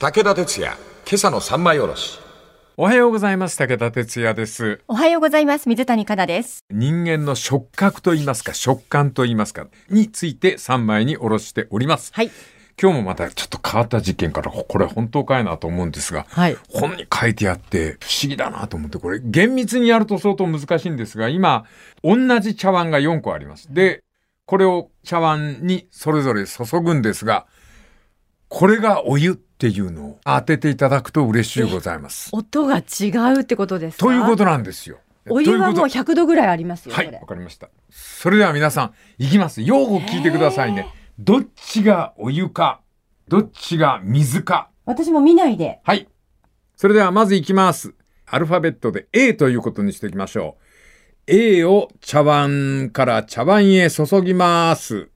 武田鉄矢、今朝の三枚おろし。おはようございます。武田哲也です。おはようございます。水谷香奈です。人間の触覚と言いますか、食感と言いますか、について3枚におろしております。はい。今日もまたちょっと変わった実験から、これ本当かいなと思うんですが、はい本に書いてあって不思議だなと思って、これ厳密にやると相当難しいんですが、今、同じ茶碗が4個あります。で、これを茶碗にそれぞれ注ぐんですが、これがお湯っていうのを当てていただくと嬉しいございます。音が違うってことですかということなんですよ。お湯はもうとい100度ぐらいありますうよ、ことはこい、れわかりました。それでは皆さん、いきます。よく聞いてくださいね。どっちがお湯か、どっちが水か。私も見ないで。はい。それではまずいきます。アルファベットで A ということにしていきましょう。A を茶碗から茶碗へ注ぎます。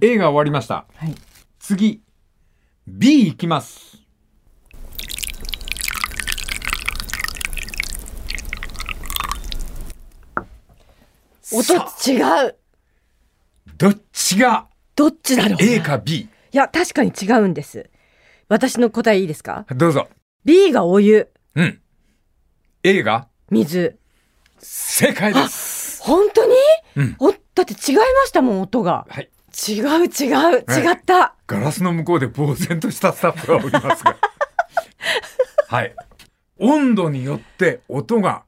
A が終わりました。はい。次、B いきます。音さあ違う。どっちがどっちだろう。 A か B? いや、確かに違うんです。私の答えいいですかどうぞ。 ?B がお湯、うん。A が水。正解です。本当に、うんおだって違いましたもん、音が。はい。違う違う、違った。ガラスの向こうで呆然としたスタッフがおります が。はい。温度によって音が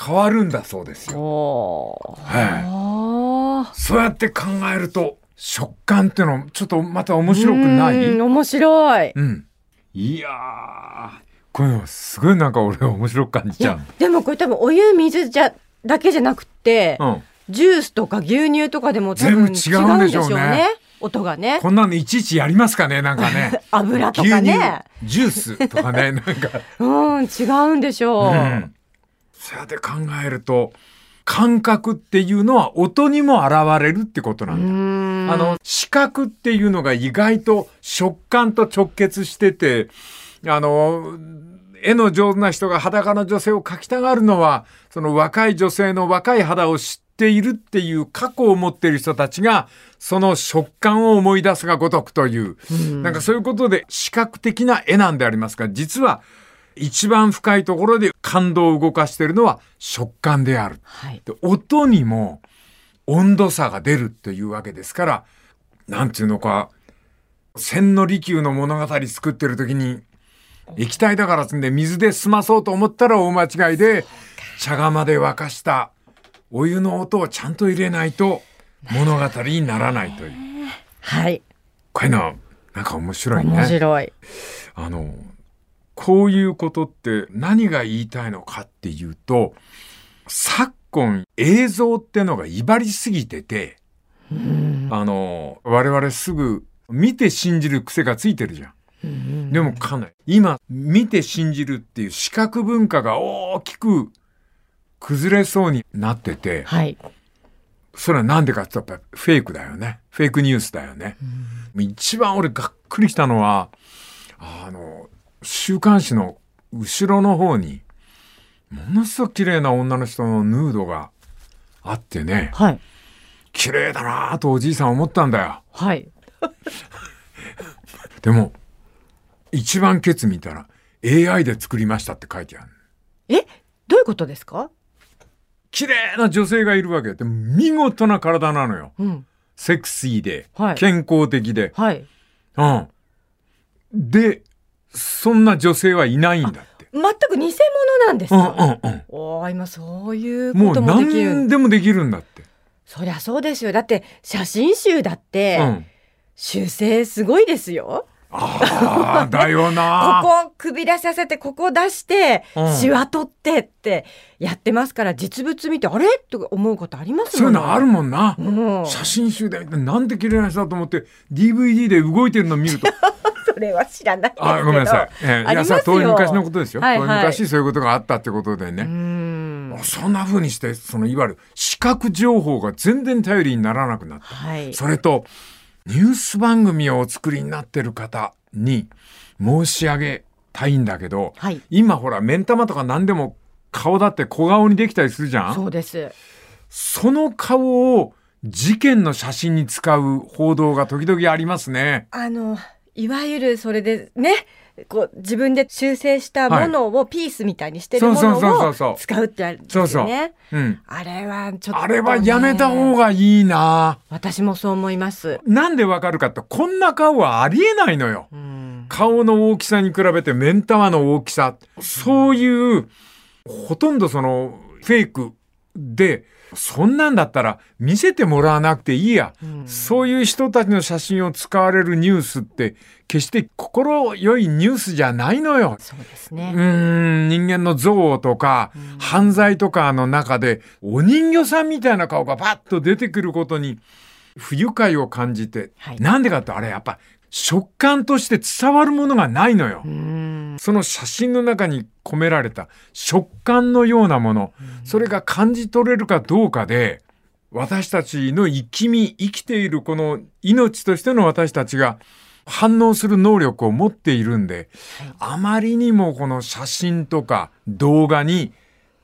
変わるんだそうですよ。おはい。おー。そうやって考えると、食感ってのちょっとまた面白くないうん面白い。うん。いやー、こういうのすごいなんか俺は面白く感じいちゃや、でもこれ多分お湯、水じゃ、だけじゃなくて、う。うん。ジュースとか牛乳とかでも多全分部違うんでしょうね違音がね。こんなのいちいちやりますかねなんかね。 油とかね。牛乳、ジュースとかね、なんか。うん、違うんでしょうう。んそうやって考えると、感覚っていうのは音にも現れるってことなんだ。んあの、視覚っていうのが意外と食感と直結してて、あの、絵の上手な人が裸の女性を描きたがるのは、その若い女性の若い肌を知っているっていう過去を持っている人たちが、その食感を思い出すがごとくという、なんかそういうことで視覚的な絵なんでありますが、実は一番深いところで感動を動かしているのは食感である。はい。で音にも温度差が出るというわけですからなんていうのか千利休の物語作ってる時に液体だからっつんで水で済まそうと思ったら大間違いで茶釜で沸かしたお湯の音をちゃんと入れないと物語にならないという。はい。こういうのなんか面白いね。面白い。あの、こういうことって何が言いたいのかっていうと、昨今映像ってのが威張りすぎてて、あの、我々すぐ見て信じる癖がついてるじゃん。でもかなり。今、見て信じるっていう視覚文化が大きく崩れそうになってて、はい。それはなんでかって言ったらやっぱりフェイクだよね。フェイクニュースだよね。一番俺がっくりしたのは、あの、週刊誌の後ろの方に、ものすごく綺麗な女の人のヌードがあってね、はい。綺麗だなぁとおじいさん思ったんだよ。はい。でも、一番ケツ見たら AI で作りましたって書いてある。え、どういうことですか綺麗な女性がいるわけで、見事な体なのよ。うん。セクシーで、はい健康的で、はい。うん。で、そんな女性はいないんだって。全く偽物なんですうんうか、んうん。おー今そういうもこうともでき何る。でもできるんだって。そりゃそうですよ。だって、写真集だって、うん。修正すごいですよ。ああ、だよな。 ここくび出させて、ここ出してうん、シワ取ってってやってますから、実物見て、あれと思うことありますそういうもんねのあるもんな。うん写真集でなんて綺麗な人だと思って DVD で動いてるの見 ると。それは知らないですけど。あごめんなさい。ええありいまやすよさ遠い昔のことですよ。はいはい遠い昔そういうことがあったってことでね。うーん。そんな風にして、そのいわゆる視覚情報が全然頼りにならなくなった。はい。それと、ニュース番組をお作りになってる方に申し上げたいんだけど、はい今ほら、目ん玉とか何でも顔だって小顔にできたりするじゃんそうです。その顔を事件の写真に使う報道が時々ありますね。あのいわゆるそれでねこう自分で修正したものをピースみたいにしてるもそうそうそうそうそのうを使うってあるんですそよね。うそう。うん。あれはちょっと、ね、あれはやめた方がいいな。私もそう思います。なんでわかるかって、こんな顔はありえないのよ。うん、顔の大きさに比べて目ん玉の大きさ。そういう、ほとんどその、フェイクで、そんなんだったら見せてもらわなくていいや。うんそういう人たちの写真を使われるニュースって、決して心よいニュースじゃないのよ。そうですうね。ーん、人間の憎悪とか、犯罪とかの中で、お人形さんみたいな顔がバッと出てくることに、不愉快を感じて、はいなんでかってあれやっぱ、食感として伝わるものがないのよ。うんその写真の中に込められた食感のようなもの、それが感じ取れるかどうかで、私たちの生き身、生きているこの命としての私たちが反応する能力を持っているんで、あまりにもこの写真とか動画に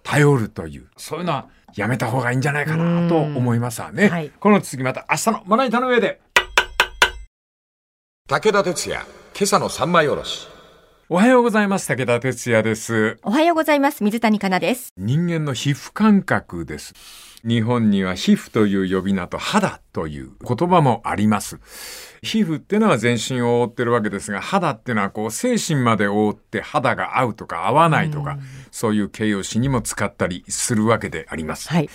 頼るという、そういうのはやめた方がいいんじゃないかなと思いますわね。うんはいこの続きまた明日のまな板の上で。武田鉄矢、今朝の三枚おろし。おはようございます。武田哲也です。おはようございます。水谷香奈です。人間の皮膚感覚です。日本には皮膚という呼び名と肌という言葉もあります。皮膚ってのは全身を覆ってるわけですが、肌ってのはこう精神まで覆って肌が合うとか合わないとか、そういう形容詞にも使ったりするわけであります。はい。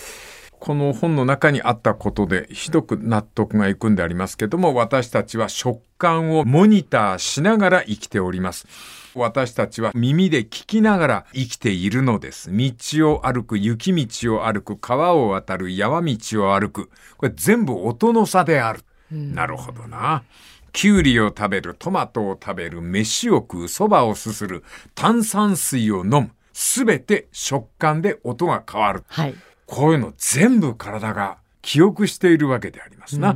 この本の中にあったことでひどく納得がいくんでありますけども私たちは食感をモニターしながら生きております私たちは耳で聞きながら生きているのです道を歩く雪道を歩く川を渡る山道を歩くこれ全部音の差である、なるほどなキュウリを食べるトマトを食べる飯を食うそばをすする炭酸水を飲むすべて食感で音が変わるはい。こういうの全部体が記憶しているわけでありますな。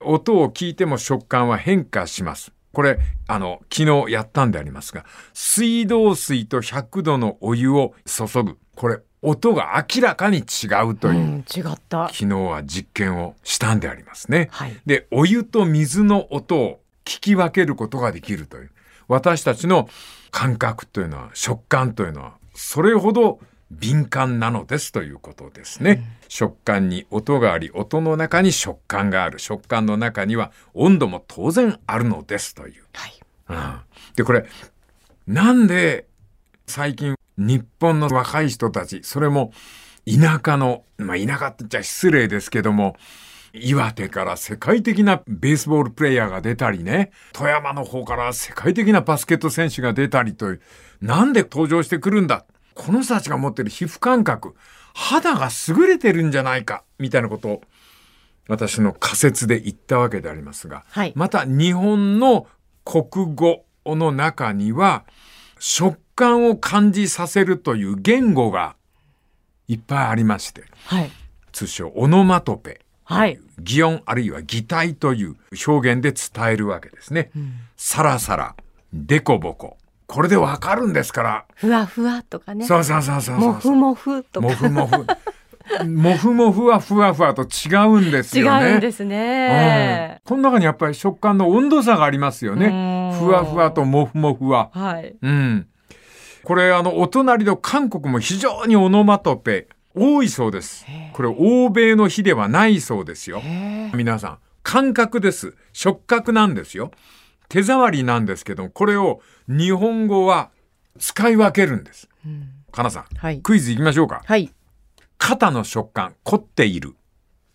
音を聞いても食感は変化します。これ、あの、昨日やったんでありますが、水道水と100度のお湯を注ぐ。これ、音が明らかに違うというう、ん、違った。昨日は実験をしたんでありますね。はい。で、お湯と水の音を聞き分けることができるという。私たちの感覚というのは、食感というのは、それほど敏感なのですということですね。食感に音があり、音の中に食感がある。食感の中には温度も当然あるのですという。はい。うんで、これ、なんで最近日本の若い人たち、それも田舎の、まあ田舎って言っちゃ失礼ですけども、岩手から世界的なベースボールプレイヤーが出たりね、富山の方から世界的なバスケット選手が出たりという、なんで登場してくるんだこの人たちが持ってる皮膚感覚、肌が優れてるんじゃないかみたいなことを私の仮説で言ったわけでありますが、はいまた日本の国語の中には食感を感じさせるという言語がいっぱいありましてはい。通称オノマトペはい。擬音あるいは擬態という表現で伝えるわけですね。サラサラデコボコこれでわかるんですから。ふわふわとかね。そうそうそうそうそうもふもふとか。もふもふ。 もふもふはふわふわと違うんです違よね。うんですね。うんこの中にやっぱり食感の温度差がありますよねう。んふわふわともふもふは。はい。うん。これあのお隣の韓国も非常にオノマトペ多いそうです。これ欧米の比ではないそうですよ。皆さん感覚です。触覚なんですよ。手触りなんですけどこれを日本語は使い分けるんです。かなさん、はいクイズいきましょうか。はい。肩の食感凝っている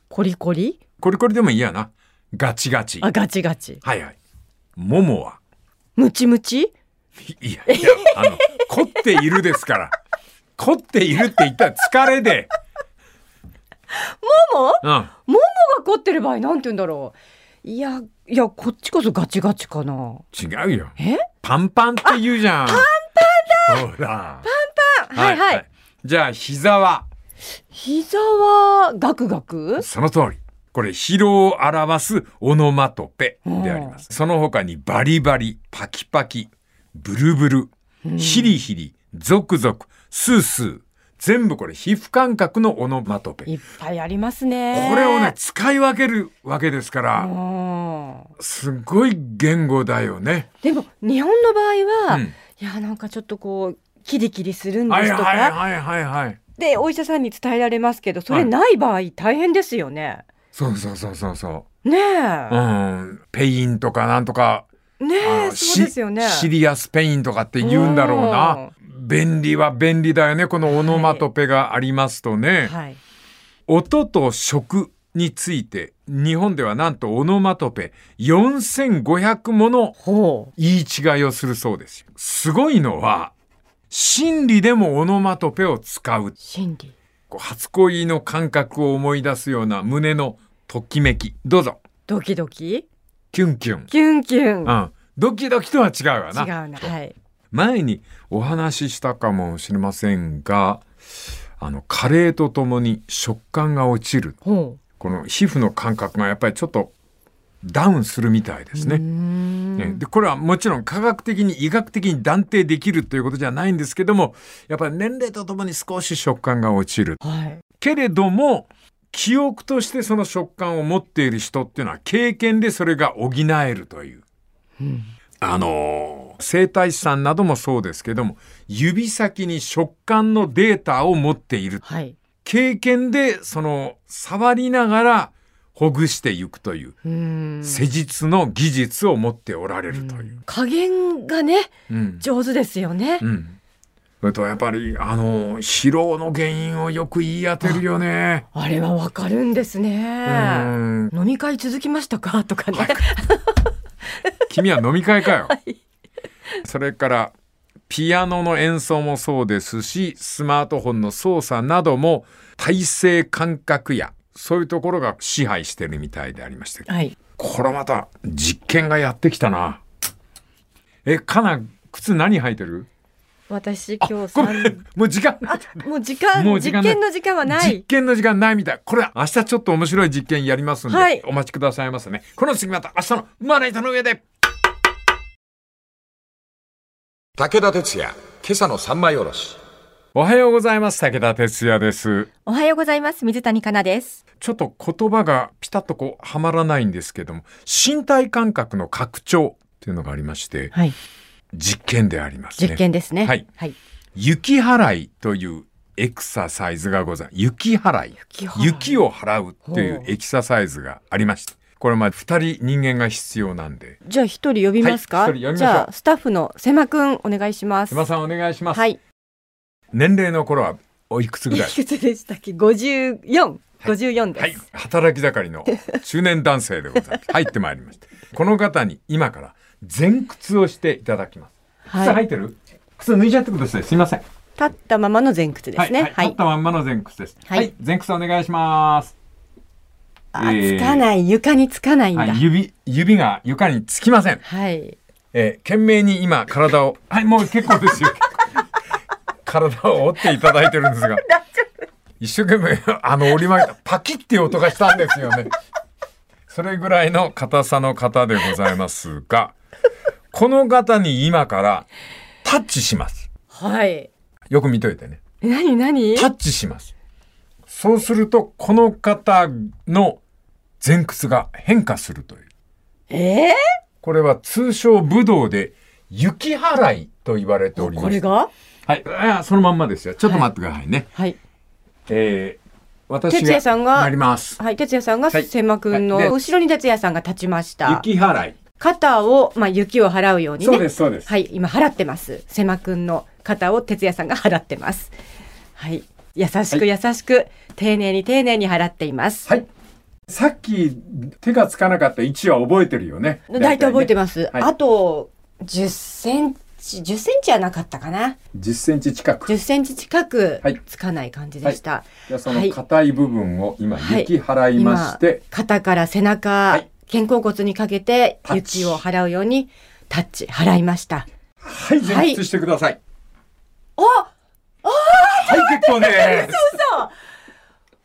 コリコリ。コリコリでもいいやなガチガチあ、ガチガチ。はいはいももはムチムチ。いやいやあの凝っているですから凝っているって言ったら疲れでもも。うんももが凝ってる場合、なんて言うんだろう。いや、いや、こっちこそガチガチかな。違うよえ。パンパンって言うじゃんパンパンだほらパンパン。はいはい。じゃあ膝は膝はガクガク。その通りこれ疲労を表すオノマトペであります、その他にバリバリパキパキブルブルヒリヒリゾクゾクスースー全部これ皮膚感覚のオノマトペ。いっぱいありますこね。れをね、使い分けるわけですから、うんすごい言語だよね。でも日本の場合は、うんいやなんかちょっとこうキリキリするんではいすとか、はいはいはいはい。でお医者さんに伝えられますけどそはれいない場合大変ですよね。そうそうそうそうそう。ねうえ、ん、ペインとかなんとか、ねえあそうですよね。シシリアスペインとかって言うんだろうな。便利は便利だよね。このオノマトペがありますとね。はい。音と食について、日本ではなんとオノマトペ4500ものほ言い違いをするそうですよ。すごいのは、心理でもオノマトペを使うう。心理。こう初恋の感覚を思い出すような胸のときめき。どうぞ。ドキドキキュンキュン。キュンキュン。うん。ドキドキとは違うわな。違うな。はい。前にお話ししたかもしれませんがあの加齢とともに食感が落ちるほこの皮膚の感覚がやっぱりちょっとダウンするみたいですう。うね。ーんねでこれはもちろん科学的に医学的に断定できるということじゃないんですけどもやっぱり年齢とともに少し食感が落ちるはい。けれども記憶としてその食感を持っている人っていうのは経験でそれが補えるという、あのー整体師さんなどもそうですけども指先に食感のデータを持っているはい。経験でその触りながらほぐしていくといううーん。施術の技術を持っておられるという。加減がねうん上手ですよね。うんそれとやっぱりあのー疲労の原因をよく言い当てるよね。あれはわかるんですね。うん飲み会続きましたか とかね。君 は飲み会かよ、それからピアノの演奏もそうですしスマートフォンの操作なども体勢感覚やそういうところが支配してるみたいでありましたけどはい。これまた実験がやってきたなえかな靴何履いてる私あ今日ごさめんもう時間あもう時間もう時間実ない験の時間はな実い。験の時間ないみたいこれは明日ちょっと面白い実験やりますんで、はいお待ちくださいませねこの次また明日のまな板の上で武田鉄矢、今朝の三枚おろし。おはようございます武田哲也ですおはようございます。水谷香奈です。ちょっと言葉がピタッとこうはまらないんですけども身体感覚の拡張っていうのがありましてはい。実験でありますね。実験ですね。はいはい。雪払いというエクササイズがございます。雪払い。雪払い雪を払うというエクササイズがありました。これまあ二人人間が必要なんで。じゃあ一人呼びますか。はい一人呼びましょうじゃあスタッフの瀬間くんお願いします。山さんお願いします。はい。年齢の頃はおいくつぐいらいくつでしたっけ？五十四。五十四です。はい、働き盛りの中年男性でござい ます。入ってまいりました。この方に今から前屈をしていただきます。はい靴履いてる靴脱いじゃってください。すいません。立ったままの前屈ですね。はい、はい、立ったまんまの前屈です。ははいい、前屈お願いします。あ、えーつかない床につかないんだ。は、はいい。指、指が床につきません。えー、懸命に今体を、はい、もう結構ですよ。体を折っていただいてるん ですが。一生懸命、あの折り曲げた、パキッっていう音がしたんですよね。それぐらいの硬さの方でございますが、この方に今からタッチします。はい。よく見といてね。なになに？タッチします。そうすると、この方の前屈が変化するという。えこれは通称武道で、雪払いと言われておー？ります。これが？はいあ。そのまんまですよ。ちょっと待ってくださいね。はい。えー、私哲也さんががなります。はい。哲也さんがはい瀬間くんのはいで後ろに哲也さんが立ちました。雪払い。肩をまあ雪を払うようにね。そうです、そうです。はい、今払ってます。瀬間くんの肩を哲也さんが払ってます。はい、優しく優しく、丁寧に丁寧に払っています。はい。さっき手がつかなかった位置は覚えてるよね。大体覚えてまます。はいあと10センチ、10センチはなかったかな。す。10センチ近く。 10センチ近くはいつかない感じでした。じゃあそはのい硬い部分を今はい雪払いまして、今肩から背中、い肩甲骨にかけてタッチ雪を払うようにタッチ払いました。はい、はい前屈してください。はい、結構です。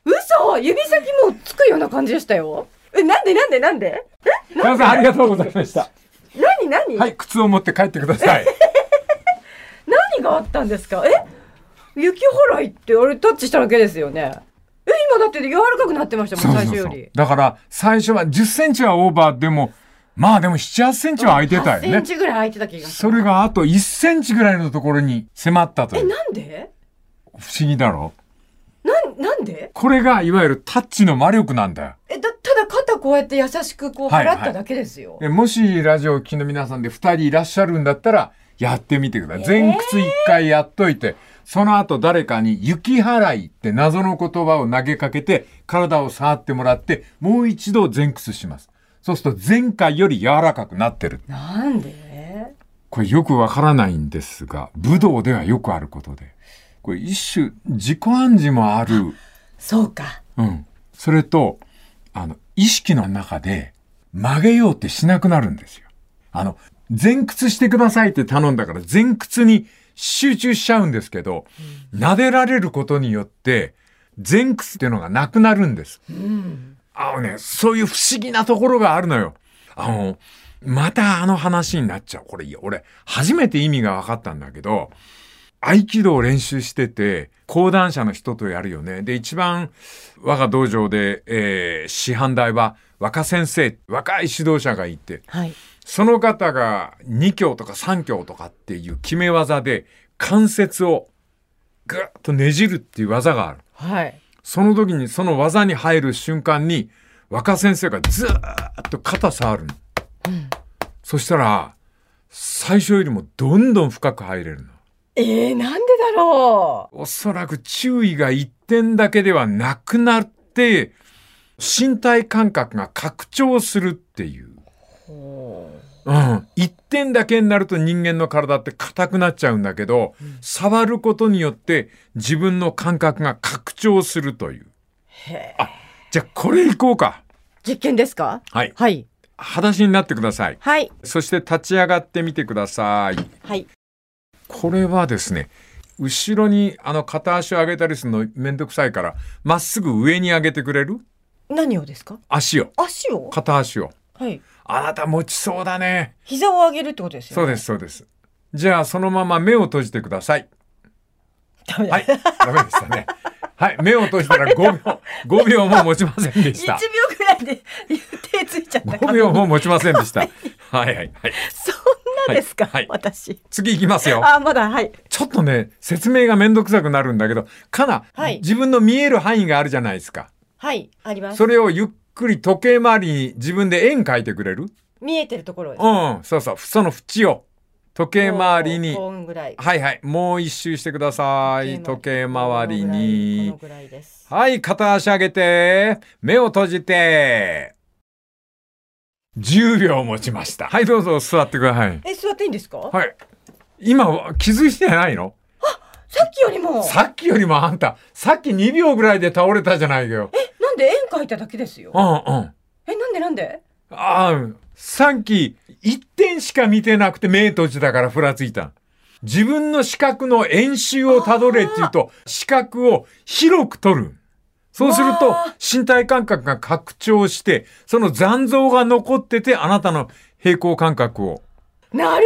嘘指先もつくような感じでしたよ。え、なんでなんで なんで皆さんありがとうございました。何何、はい、靴を持って帰ってください。何があったんですかえ雪払いってあれタッチしただけですよね。え、今だって柔らかくなってましたもん、最初より。だから最初は10センチはオーバーでもまあでも7、8センチは空いてたよ8センね。チぐらい空いてた気がすそる。れがあと1センチぐらいのところに迫ったといえ、う。なんで不思議だろなん、なんでこれがいわゆるタッチの魔力なんだよ。え、だ、ただ肩こうやって優しくこうはい払っただけですよ。えもしラジオを聴きの皆さんで2人いらっしゃるんだったらやってみてください。前屈1回やっといて、その後誰かに雪払いって謎の言葉を投げかけて体を触ってもらってもう一度前屈します。そうすると前回より柔らかくなってる。なんでこれよくわからないんですが、武道ではよくあることで。これ一種自己暗示もある。そうか。うん。それと、あの、意識の中で曲げようってしなくなるんですよ。あの、前屈してくださいって頼んだから前屈に集中しちゃうんですけど、撫でられることによって前屈っていうのがなくなるんです。あのね、そういう不思議なところがあるのよ。あの、またあの話になっちゃう。これいや、俺、初めて意味が分かったんだけど、合気道を練習してて、講談社の人とやるよね。で、一番、我が道場で、えー、師範代は若先生、若い指導者がいて、はい。その方が2教とか3教とかっていう決め技で、関節をぐっとねじるっていう技がある。はい。その時にその技に入る瞬間に若先生がずーっと肩触るの。そしたら最初よりもどんどん深く入れるの。えー、なんでだろおそらく注意が一点だけではなくなって身体感覚が拡張するっていう。うん、一点だけになると人間の体って硬くなっちゃうんだけど、触ることによって自分の感覚が拡張するという。あじゃあこれいこうか。う。実験ですかはい。はい。裸足になってください。はい。そして立ち上がってみてください。はい。これはですね、後ろにあの片足を上げたりするのめんどくさいから、まっすぐ上に上げてくれる何をですか足を。足を片足を。はい。あなた持ちそうだね。膝を上げるってことですそうよ、ね。です、そうです。じゃあそのまま目を閉じてください。ダメだ。はい。ダメでしたね。はい。目を閉じたら5秒、5秒も持ちませんでし1た秒。ぐらいで 手ついちゃった5秒も持ちませんでした。はいはいはい。そんなですか、はいはい私。次行きますよ。あ、まだ、はい。ちょっとね、説明がめんどくさくなるんだけど、かな、はい自分の見える範囲があるじゃないですか。はい、ありまそ。れをゆっくり時計回りに自分で円描いてくれる見えてるところでうん、そうそう。その縁を時計回りに。分ぐらい。はいはい。もう一周してください。時計回りに。ぐらいです。はい、片足上げて、目を閉じて、10秒持ちました。はい、どうぞ座ってください。え、座っていいんですか、はい。今は気づいてないのさっきよりも。さっきよりもあんた、さっき2秒ぐらいで倒れたじゃないかよ。なんで円描いただけですよう。んうん。え、なんでなんでああ、さっき1点しか見てなくて目閉じたからふらついた。自分の視覚の円周をたどれっていうと、視覚を広く取る。そうするとわあ、身体感覚が拡張して、その残像が残ってて、あなたの平行感覚を。なる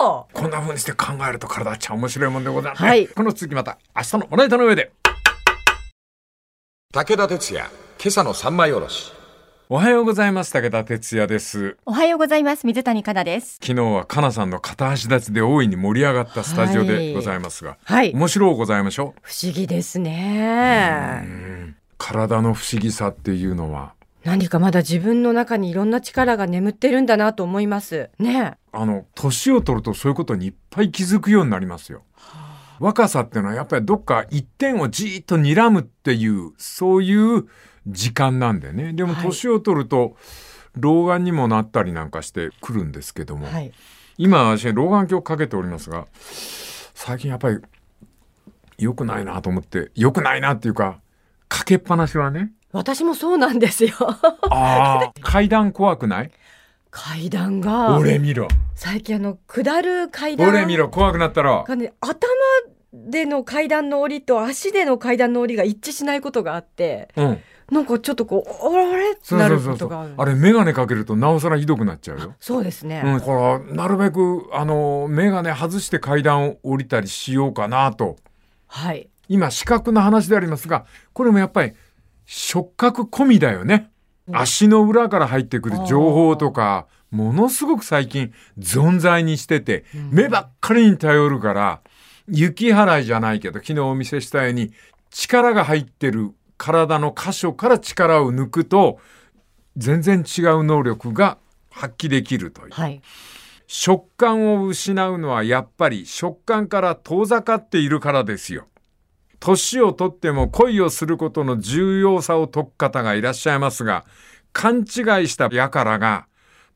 ほどこんな風にして考えると体っちゃ面白いもんでございます、ね。はいこの続きまた明日のおネタの上で。武田鉄矢、今朝の三枚おろし。おはようございます。武田哲也です。おはようございます。水谷香奈です。昨日はかなさんの片足立ちで大いに盛り上がったスタジオでございますが、はい。面白うございましょう。不思議ですね。体の不思議さっていうのは、何かまだ自分の中にいろんな力が眠ってるんだなと思います。ねあの、年を取るとそういうことにいっぱい気づくようになりますよ。若さっていうのはやっぱりどっか一点をじーっと睨むっていう、そういう時間なんでね。でもはい年を取ると、老眼にもなったりなんかしてくるんですけども、はい。今私老眼鏡かけておりますが、最近やっぱり良くないなと思って、良くないなっていうか、かけっぱなしは ね、私もそうなんですよ。 ああ、階段怖くない階段が。俺見ろ。最近あの下る階段俺見ろ、怖くなったろ。がね頭での階段の降りと足での階段の降りが一致しないことがあってうん。なんかちょっとこうあれあれってそうなそるうそこうそとがあうる。あれ、メガネかけるとなおさらひどくなっちゃうよ。そうですね、うん、だからなるべくあのメガネ外して階段を降りたりしようかなとはい。今視覚の話でありますがこれもやっぱり触覚込みだよね足の裏から入ってくる情報とかものすごく最近存在にしてて目ばっかりに頼るから雪払いじゃないけど昨日お見せしたように力が入ってる体の箇所から力を抜くと全然違う能力が発揮できるという。はい。食感を失うのはやっぱり食感から遠ざかっているからですよ。年をとっても恋をすることの重要さを解く方がいらっしゃいますが、勘違いした輩が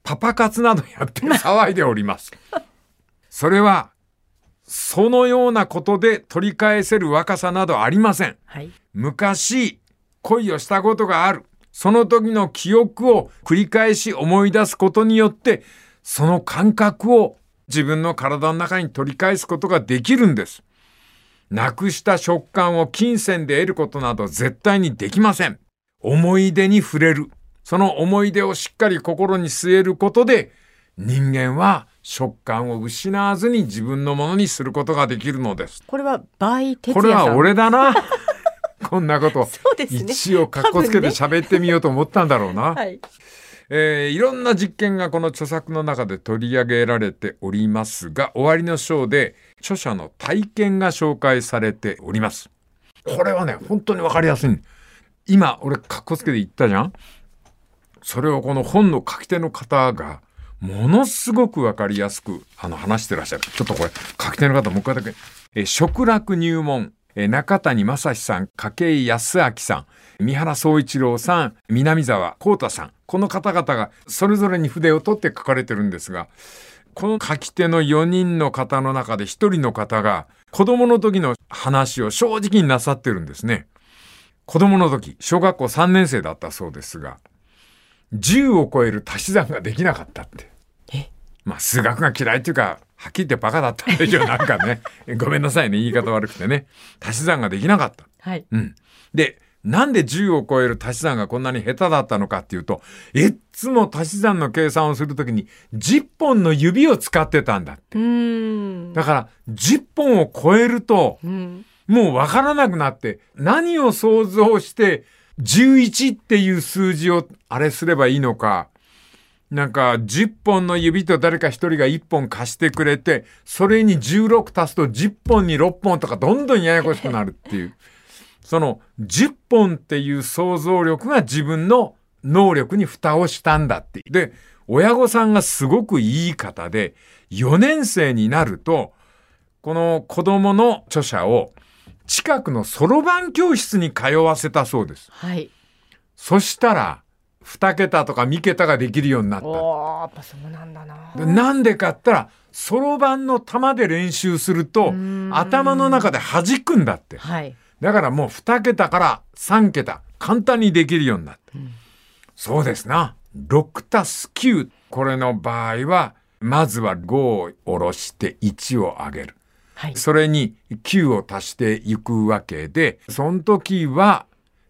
パパ活などやって騒いでおります。それは、そのようなことで取り返せる若さなどありません。はい。昔恋をしたことがあるその時の記憶を繰り返し思い出すことによってその感覚を自分の体の中に取り返すことができるんですなくした食感を金銭で得ることなど絶対にできません思い出に触れるその思い出をしっかり心に据えることで人間は食感を失わずに自分のものにすることができるのですこれは倍哲こ也れさん。は俺だ なこんなことそうですね。一応かっこつけて喋ってみようと思ったんだろうな。はい。えーいろんな実験がこの著作の中で取り上げられておりますが、終わりの章で著者の体験が紹介されております。これはね、本当にわかりやすい。今、俺、かっこつけて言ったじゃんそれをこの本の書き手の方が、ものすごくわかりやすく、あの、話してらっしゃる。ちょっとこれ、書き手の方、もう一回だけ。えー、食楽入門。えー中谷正史さん、筧康明さん、三原総一郎さん、南沢幸太さん。この方々が、それぞれに筆を取って書かれてるんですが、この書き手の4人の方の中で1人の方が、子供の時の話を正直になさってるんですね。子供の時、小学校3年生だったそうですが、10を超える足し算ができなかったって。まあ、数学が嫌いっていうか、はっきり言ってバカだったんでしょう、なんかね。 ごめんなさいね、言い方悪くてね。足し算ができなかった。はい。うん。で、なんで10を超える足し算がこんなに下手だったのかっていうと、いっつも足し算の計算をするときに10本の指を使ってたんだ。うーん。だから、10本を超えると、うん。もうわからなくなって、何を想像して、11っていう数字をあれすればいいのか、なんか10本の指と誰か1人が1本貸してくれて、それに16足すと10本に6本とかどんどんややこしくなるっていう。その10本っていう想像力が自分の能力に蓋をしたんだって。で、親御さんがすごくいい方で、4年生になると、この子供の著者を近くのそろばん教室に通わせたそうです。はい。そしたら、2桁とか3桁ができるようになった。おー、やっぱそうなんだな。でなんでかって言ったら、そろばんの玉で練習すると、頭の中で弾くんだって。はい。だからもう2桁から3桁、簡単にできるようになった。そうですな。6たす9。これの場合は、まずは5を下ろして1を上げる。はい。それに9を足していくわけで、その時は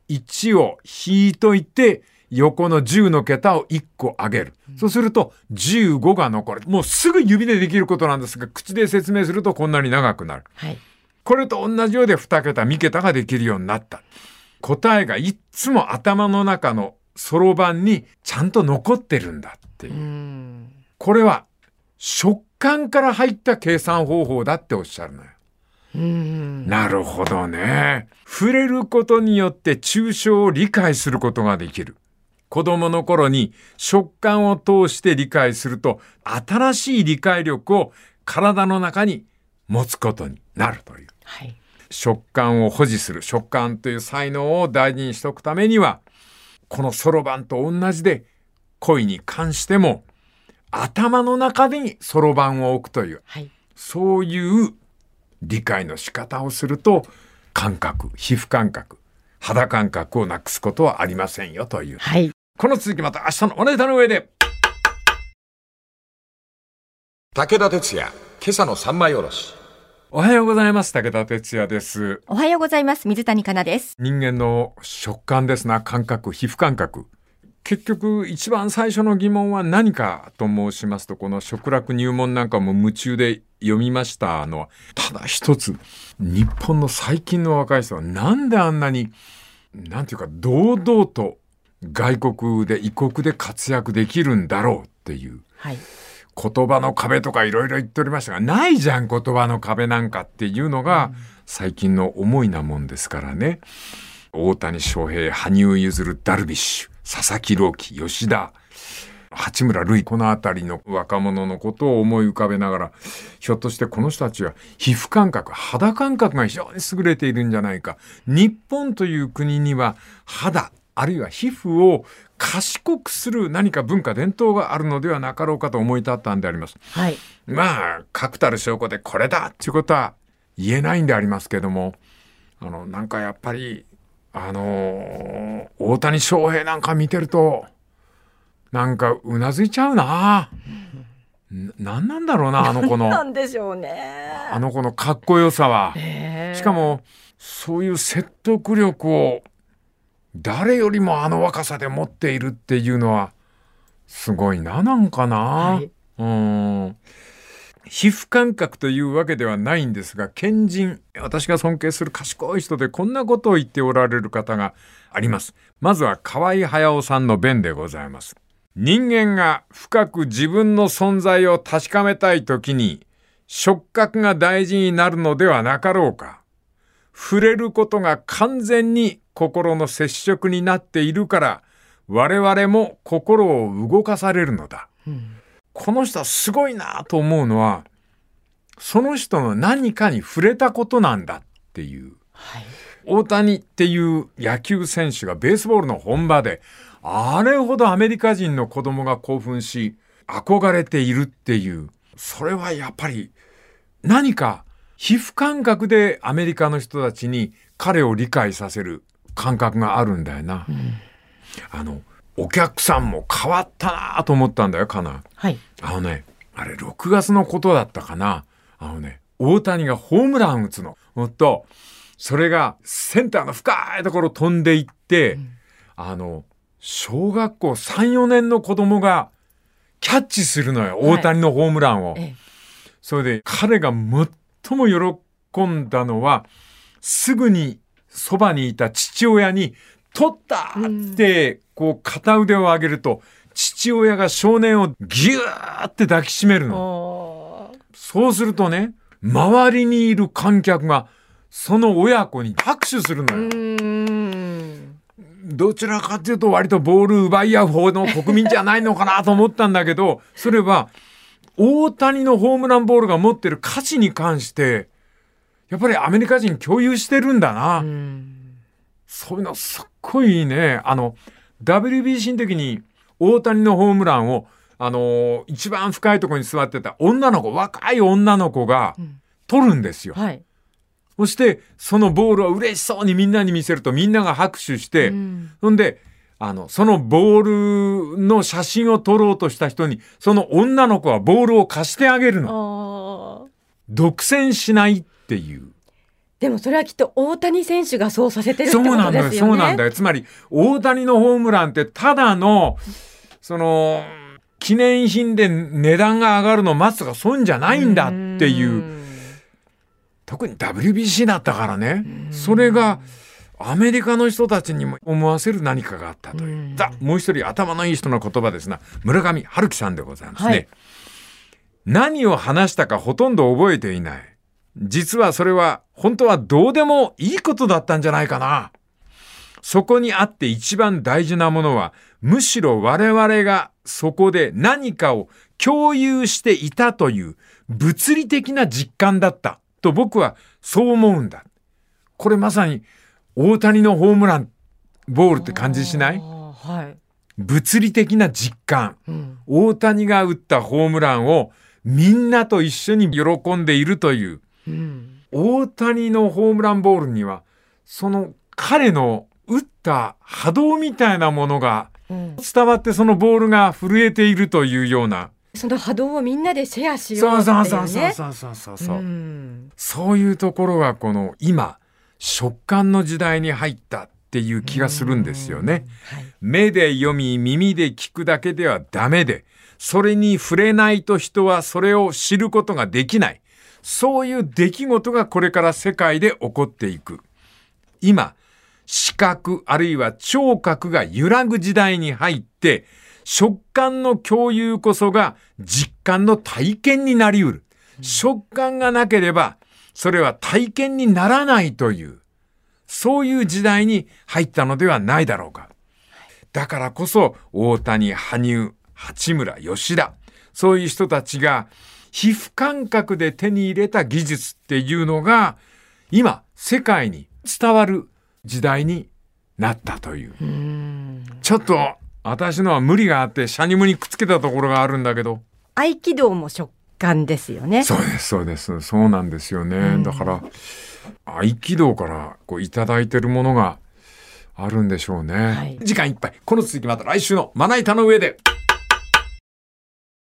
1を引いといて、横の10の桁を1個上げる。そうすると15が残る。もうすぐ指でできることなんですが、口で説明するとこんなに長くなる。はい。これと同じようで2桁、3桁ができるようになった。答えがいっつも頭の中のそろばんにちゃんと残ってるんだっていううー。ん。これは食感から入った計算方法だっておっしゃるのよ。うーん。なるほどね。触れることによって抽象を理解することができる。子供の頃に食感を通して理解すると、新しい理解力を体の中に持つことになるという。はい。食感を保持する、食感という才能を大事にしておくためには、このそろばんと同じで恋に関しても、頭の中にそろばんを置くというはい。そういう理解の仕方をすると、感覚、皮膚感覚、肌感覚をなくすことはありませんよという。はい。この続きまた明日のおネタの上で。武田鉄矢、今朝の三枚おろし。おはようございます。武田哲也です。おはようございます。水谷香奈です。人間の食感ですな、感覚、皮膚感覚。結局一番最初の疑問は何かと申しますとこの「食楽入門」なんかも夢中で読みましたのはただ一つ日本の最近の若い人はなんであんなになんていうか堂々と外国で異国で活躍できるんだろうっていうはい。言葉の壁とかいろいろ言っておりましたがないじゃん言葉の壁なんかっていうのが最近の思いなもんですからね大谷翔平羽生結弦ダルビッシュ佐々木朗希吉田八村塁この辺りの若者のことを思い浮かべながらひょっとしてこの人たちは皮膚感覚肌感覚が非常に優れているんじゃないか日本という国には肌あるいは皮膚を賢くする何か文化伝統があるのではなかろうかと思い立ったんであります。はい。まあ確たる証拠でこれだっていうことは言えないんでありますけどもあのなんかやっぱりあのー大谷翔平なんか見てるとなんかうなずいちゃうな。ななんなんだろうなあの子 なのんでしょうね。あの子のかっこよさは。ええしかもそういう説得力を誰よりもあの若さで持っているっていうのはすごいななんかな、はいうん皮膚感覚というわけではないんですが賢人私が尊敬する賢い人でこんなことを言っておられる方がありますまずは河合駿さんの弁でございます人間が深く自分の存在を確かめたいときに触覚が大事になるのではなかろうか触れることが完全に心の接触になっているから我々も心を動かされるのだ、この人はすごいなと思うのはその人の何かに触れたことなんだっていうはい。大谷っていう野球選手がベースボールの本場であれほどアメリカ人の子供が興奮し憧れているっていうそれはやっぱり何か皮膚感覚でアメリカの人たちに彼を理解させる感覚があるんだよな。あのお客さんも変わったなと思ったんだよかな。はい。あのね、あれ、6月のことだったかな。あのね、大谷がホームラン打つの。おっと、それがセンターの深いところ飛んでいって、あの、小学校3、4年の子供がキャッチするのよ。はい大谷のホームランを。ええそれで彼が最も喜んだのは、すぐにそばにいた父親に、取ったって、こう片腕を上げると、父親が少年をギューって抱きしめるの。おーそうするとね、周りにいる観客が、その親子に拍手するのうよ。ーん。どちらかというと割とボール奪い合う方の国民じゃないのかなと思ったんだけど、 それは大谷のホームランボールが持ってる価値に関して、やっぱりアメリカ人共有してるんだな。うん。そういうのすっごいいいね。あの、WBC の時に大谷のホームランを、あのー一番深いところに座ってた女の子、若い女の子がうん取るんですよ。はい。そして、そのボールを嬉しそうにみんなに見せるとみんなが拍手して、うんほんで、あの、そのボールの写真を撮ろうとした人に、その女の子はボールを貸してあげるの。あー独占しないっていう。でもそれはきっと大谷選手がそうさせてるってそこうとですなよんだよ、ね。そうなんだよ。つまり、大谷のホームランってただの、その、記念品で値段が上がるのを待つとか、そういうんじゃないんだっていう。特に WBC だったからね、それがアメリカの人たちにも思わせる何かがあったという、うんだもう一人頭のいい人の言葉ですが村上春樹さんでございますね、はい何を話したかほとんど覚えていない実はそれは本当はどうでもいいことだったんじゃないかなそこにあって一番大事なものはむしろ我々がそこで何かを共有していたという物理的な実感だったと僕はそう思うんだ。これまさに大谷のホームランボールって感じしないあーはい。物理的な実感。うん大谷が打ったホームランをみんなと一緒に喜んでいるといううん。大谷のホームランボールにはその彼の打った波動みたいなものがうん伝わってそのボールが震えているというようなその波動をみんなでシェアしよそううっていうそね。うそうそうそうそうそうそう、うんそういうところがこの今食感の時代に入ったっていう気がするんですよね。目で読み耳で聞くだけではダメで、それに触れないと人はそれを知ることができない。そういう出来事がこれから世界で起こっていく。今、視覚あるいは聴覚が揺らぐ時代に入って、食感の共有こそが実感の体験になりうる。食感がなければ、それは体験にならないという、そういう時代に入ったのではないだろうか。だからこそ、大谷、羽生、八村、吉田、そういう人たちが、皮膚感覚で手に入れた技術っていうのが、今、世界に伝わる時代になったという。ちょっと、私のは無理があって、シャニムにくっつけたところがあるんだけど。合気道も食感ですよね。そうです、そうです。そうなんですよね。だから、合気道からこういただいてるものがあるんでしょうね。い時間いっぱい。この続きまた来週のまな板の上で。